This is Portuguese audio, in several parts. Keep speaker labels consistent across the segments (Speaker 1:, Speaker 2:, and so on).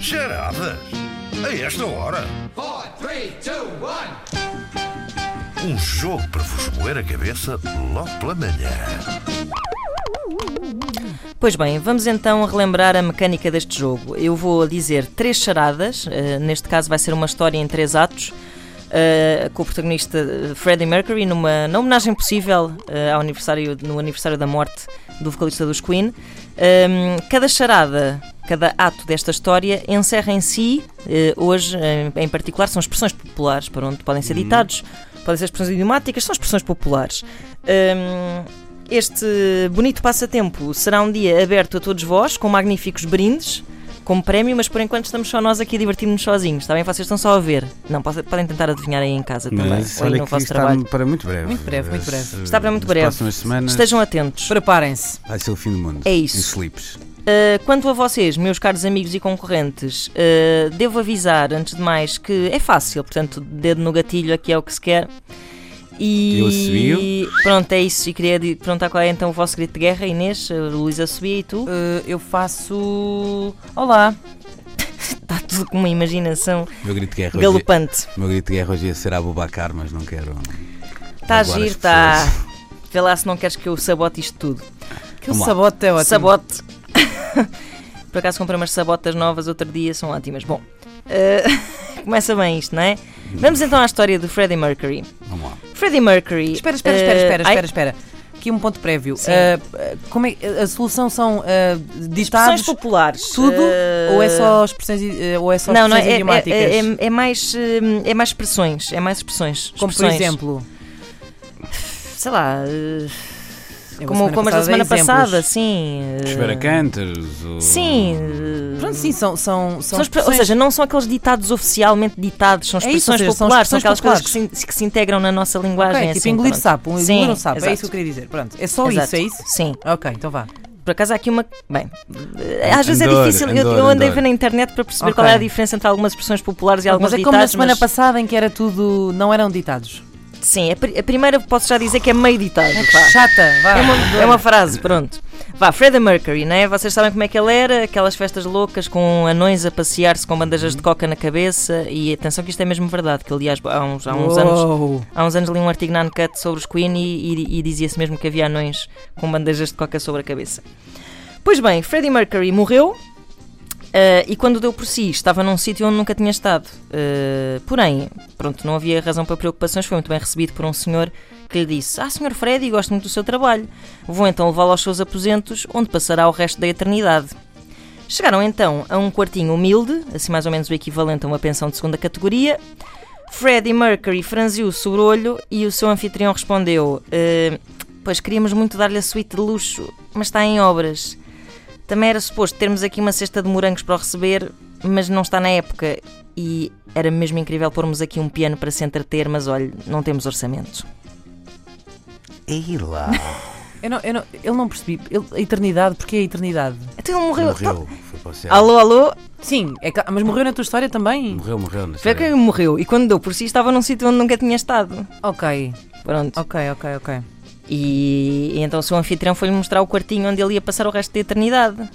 Speaker 1: Charadas? A esta hora? Um jogo para vos moer a cabeça logo pela manhã.
Speaker 2: Pois bem, vamos então relembrar a mecânica deste jogo. Eu vou dizer três charadas, eh, neste caso vai ser uma história em três atos, eh, com o protagonista eh, Freddie Mercury, numa, numa homenagem possível eh, ao aniversário, no aniversário da morte do vocalista dos Queen. Ehm, cada charada, cada ato desta história encerra em si, eh, hoje em- em particular, são expressões populares para onde podem ser
Speaker 3: Uhum.
Speaker 2: ditados, podem ser expressões idiomáticas, são expressões populares. Ehm, este bonito passatempo será um dia aberto a todos vós, com magníficos brindes, como prémio, mas por enquanto estamos só nós aqui a divertir-nos sozinhos, está bem? Vocês estão só a ver. Não, pode- podem tentar adivinhar aí em casa também,
Speaker 3: Mas
Speaker 2: ou aí
Speaker 3: olha
Speaker 2: no
Speaker 3: que
Speaker 2: vosso
Speaker 3: está
Speaker 2: trabalho.
Speaker 3: para muito breve.
Speaker 4: Muito breve, muito breve.
Speaker 3: Se-
Speaker 2: Está para muito
Speaker 3: nas
Speaker 2: breve.
Speaker 3: próximas semanas
Speaker 2: Estejam atentos.
Speaker 4: Preparem-se.
Speaker 3: vai ser o fim do mundo.
Speaker 2: É isso.
Speaker 3: Em slips.
Speaker 2: Uh, quanto a vocês, meus caros amigos e concorrentes, uh, devo avisar, antes de mais, que é fácil, portanto, dedo no gatilho, aqui é o que se quer. E
Speaker 3: Eu assobio.
Speaker 2: pronto, é isso. E queria di- perguntar qual é então o vosso grito de guerra, Inês, uh, Luísa subia e tu?
Speaker 4: Eh, eu faço. Olá!
Speaker 2: Está Tá tudo com uma imaginação
Speaker 3: Meu grito de guerra hoje.
Speaker 2: galopante.
Speaker 3: O meu grito de guerra hoje ia ser Abubacar, mas não quero.
Speaker 2: Está a
Speaker 3: magoar
Speaker 2: Tá giro,
Speaker 3: as
Speaker 2: está.
Speaker 3: pessoas.
Speaker 2: Vê lá se não queres que eu sabote isto tudo.
Speaker 4: Que o
Speaker 3: Vamos lá.
Speaker 4: sabote é ótimo.
Speaker 2: Sabote. Por acaso comprei umas sabotas novas outro dia, são ótimas. Bom, eh, começa bem isto, não é? Vamos então à história do Freddie Mercury.
Speaker 3: Vamos lá.
Speaker 2: Freddie Mercury.
Speaker 4: Espera, espera,
Speaker 2: eh,
Speaker 4: espera, espera,
Speaker 2: ai,
Speaker 4: espera, espera. Aqui um ponto prévio.
Speaker 2: Sim.
Speaker 4: Eh, eh, como é, eh, a solução são eh, ditados,
Speaker 2: Expressões populares.
Speaker 4: tudo,
Speaker 2: eh,
Speaker 4: ou é só expressões, i- eh, ou é só
Speaker 2: Não, não,
Speaker 4: expressões
Speaker 2: é, é,
Speaker 4: idiomáticas?
Speaker 2: é, é- é mais, eh, é mais expressões. É mais expressões.
Speaker 4: Como por
Speaker 2: expressões.
Speaker 4: exemplo,
Speaker 2: Sei lá. eh,
Speaker 4: eu a
Speaker 2: como como as da semana
Speaker 4: dei exemplos.
Speaker 2: passada, sim. eh,
Speaker 3: Espera Canters. Ou...
Speaker 2: Sim. eh,
Speaker 4: Pronto, sim, são, são, são,
Speaker 2: São expre- ou
Speaker 4: expressões-
Speaker 2: seja, não são aqueles ditados oficialmente ditados, são
Speaker 4: É isso,
Speaker 2: expressões
Speaker 4: ou seja, são
Speaker 2: populares, são,
Speaker 4: expressões
Speaker 2: aquelas coisas que se, que se integram na nossa
Speaker 4: Ok,
Speaker 2: linguagem.
Speaker 4: tipo
Speaker 2: assim,
Speaker 4: engolir
Speaker 2: pronto.
Speaker 4: sapo, engolir
Speaker 2: Sim,
Speaker 4: um sapo, é
Speaker 2: exato.
Speaker 4: isso que eu queria dizer. Pronto, é só
Speaker 2: Exato.
Speaker 4: isso, é isso?
Speaker 2: Sim.
Speaker 4: Ok, então vá.
Speaker 2: Por acaso há aqui uma. Bem, eh, às vezes
Speaker 3: Andor,
Speaker 2: é difícil. eu,
Speaker 3: Andor,
Speaker 2: eu andei a
Speaker 3: Andor.
Speaker 2: ver na internet para perceber
Speaker 4: Ok.
Speaker 2: qual é a diferença entre algumas expressões populares e algumas
Speaker 4: mas é como na
Speaker 2: ditadas.
Speaker 4: semana
Speaker 2: mas-
Speaker 4: passada em que era tudo, não eram ditados.
Speaker 2: Sim, a, pri- a primeira posso já dizer que é meio ditado. pá.
Speaker 4: Chata, vá.
Speaker 2: É uma, é uma frase, pronto. Vá, Freddie Mercury, né? Vocês sabem como é que ele era? Aquelas festas loucas com anões a passear-se com bandejas de coca na cabeça. E atenção, que isto é mesmo verdade. Que aliás, há uns, há uns anos
Speaker 4: Uou.
Speaker 2: Há uns anos li um artigo na Uncut sobre os Queen e, e- e dizia-se mesmo que havia anões com bandejas de coca sobre a cabeça. Pois bem, Freddie Mercury morreu eh, e quando deu por si estava num sítio onde nunca tinha estado. Eh, porém, pronto, não havia razão para preocupações, foi muito bem recebido por um senhor que lhe disse: Ah, senhor Freddie, gosto muito do seu trabalho. Vou então levá-lo aos seus aposentos, onde passará o resto da eternidade. Chegaram então a um quartinho humilde, assim mais ou menos o equivalente a uma pensão de segunda categoria. Freddie Mercury franziu o sobrolho e o seu anfitrião respondeu: "Eh, Pois queríamos muito dar-lhe a suíte de luxo, mas está em obras. Também era suposto termos aqui uma cesta de morangos para o receber, mas não está na época. E era mesmo incrível pormos aqui um piano para se entreter, mas olha, não temos orçamento.
Speaker 3: Ei lá.
Speaker 4: Eu não, eu não, ele não percebi. Ele- a eternidade, porque é a eternidade?
Speaker 2: Então ele morreu.
Speaker 3: Morreu. Foi para o céu.
Speaker 2: Alô, alô?
Speaker 4: Sim, é cla- mas morreu na tua história também?
Speaker 3: Morreu, morreu. na
Speaker 2: Foi que
Speaker 3: história.
Speaker 2: ele morreu. E quando deu por si, estava num sítio onde nunca tinha estado.
Speaker 4: Ok,
Speaker 2: Pronto.
Speaker 4: ok, ok, ok.
Speaker 2: E, e então o seu anfitrião foi-lhe mostrar o quartinho onde ele ia passar o resto da eternidade.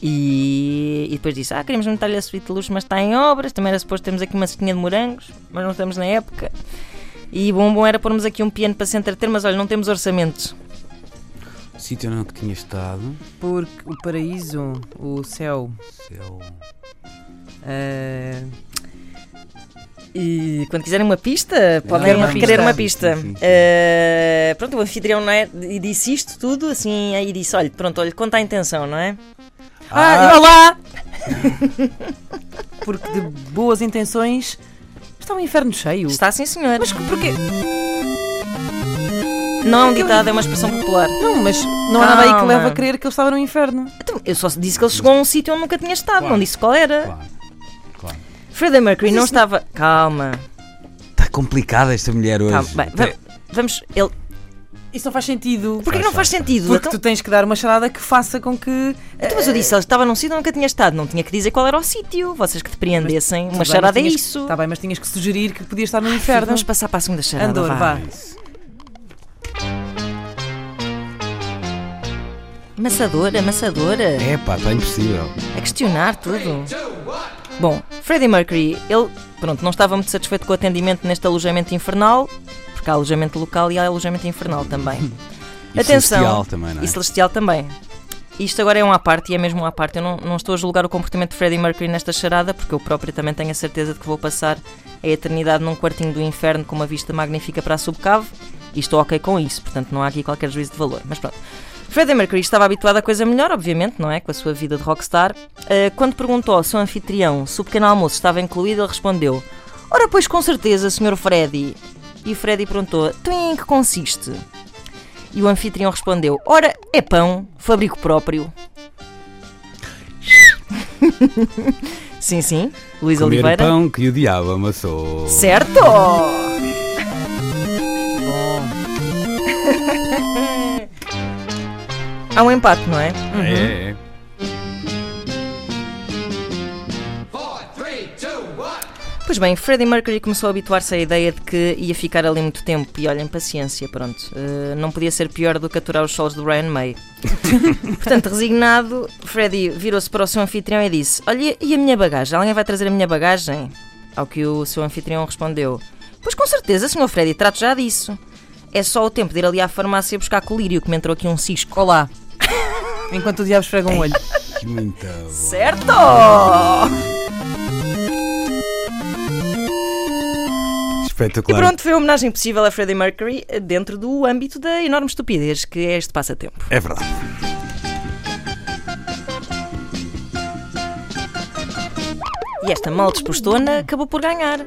Speaker 2: E, e depois disse: Ah, queremos montar-lhe a suíte de luxo, mas está em obras. Também era suposto termos aqui uma cestinha de morangos, mas não estamos na época. E bom, bom era pormos aqui um piano para se entreter, mas olha, não temos orçamentos.
Speaker 3: Sítio não que tinha estado.
Speaker 4: Porque o paraíso, o céu.
Speaker 3: Céu.
Speaker 4: eh,
Speaker 2: E quando quiserem uma pista, podem
Speaker 4: Quero uma
Speaker 2: querer
Speaker 4: pista.
Speaker 2: uma pista.
Speaker 3: Sim, sim, sim.
Speaker 2: Eh, pronto, o anfitrião não é, e disse isto tudo, assim, aí disse: Olha, pronto, olha, conta a intenção, não é?
Speaker 4: Ah, olá! porque de boas intenções está um inferno cheio.
Speaker 2: Está sim, senhor.
Speaker 4: Mas que- porquê?
Speaker 2: Não é um ditado, é uma expressão popular.
Speaker 4: Não, mas não há nada aí que
Speaker 2: Calma.
Speaker 4: leva a crer que ele estava no inferno.
Speaker 2: Então, eu só disse que ele chegou a um sítio onde nunca tinha estado,
Speaker 3: Claro.
Speaker 2: não disse qual era.
Speaker 3: Claro. Claro.
Speaker 2: Freddie Mercury não estava. Calma,
Speaker 3: Está Tá complicada esta mulher hoje.
Speaker 2: calma. Tá Bem, va- vamos. Ele...
Speaker 4: Isso não faz sentido.
Speaker 2: Porquê que não faz sentido?
Speaker 4: Porque Tá
Speaker 2: Então-
Speaker 4: tu tens que dar uma charada que faça com que. eh,
Speaker 2: Então, mas eu disse, ele estava num sítio onde nunca tinha estado, não tinha que dizer qual era o sítio. Vocês que depreendessem, uma charada é isso.
Speaker 4: Está bem, mas tinhas que sugerir que podias estar no
Speaker 2: Filho,
Speaker 4: inferno.
Speaker 2: Vamos passar para a segunda charada.
Speaker 4: Andor, vá.
Speaker 2: Amassadora, amassadora,
Speaker 3: É pá, está impossível.
Speaker 2: a questionar tudo. Bom, Freddie Mercury, ele pronto, não estava muito satisfeito com o atendimento neste alojamento infernal, porque há alojamento local e há alojamento infernal também.
Speaker 3: E
Speaker 2: Atenção.
Speaker 3: celestial também, não é?
Speaker 2: E celestial também. Isto agora é um à parte e é mesmo um à parte. Eu não, não estou a julgar o comportamento de Freddie Mercury nesta charada, porque eu próprio também tenho a certeza de que vou passar a eternidade num quartinho do inferno com uma vista magnífica para a subcave e estou ok com isso, portanto não há aqui qualquer juízo de valor. Mas pronto. Freddie Mercury estava habituado a coisa melhor, obviamente, não é? Com a sua vida de rockstar. Ah, quando perguntou ao seu anfitrião se o pequeno almoço estava incluído, ele respondeu: Ora, pois com certeza, Sr. Freddie. E o Freddie perguntou: Tu em que consiste? E o anfitrião respondeu: Ora, é pão, fabrico próprio. sim, sim, Luís
Speaker 3: Comer
Speaker 2: Oliveira.
Speaker 3: pão que o diabo amassou.
Speaker 2: Certo! Há um empate, não é?
Speaker 3: É, é.
Speaker 2: Pois bem, Freddie Mercury começou a habituar-se à ideia de que ia ficar ali muito tempo e olhem, paciência, pronto. eh, não podia ser pior do que aturar os solos do Brian May. Portanto, resignado, Freddie virou-se para o seu anfitrião e disse: Olha, e a minha bagagem? Alguém vai trazer a minha bagagem? Ao que o seu anfitrião respondeu: Pois com certeza, Sr. Freddie, trato já disso. É só o tempo de ir ali à farmácia buscar colírio que me entrou aqui um cisco. Olá!
Speaker 4: Enquanto o diabo esfrega um olho.
Speaker 3: Que Muito bom.
Speaker 2: Certo! E
Speaker 3: Espetacular.
Speaker 2: pronto, foi a homenagem possível a Freddie Mercury eh, dentro do âmbito da enorme estupidez que é este passatempo.
Speaker 3: É verdade.
Speaker 2: E esta mal dispostona acabou por ganhar.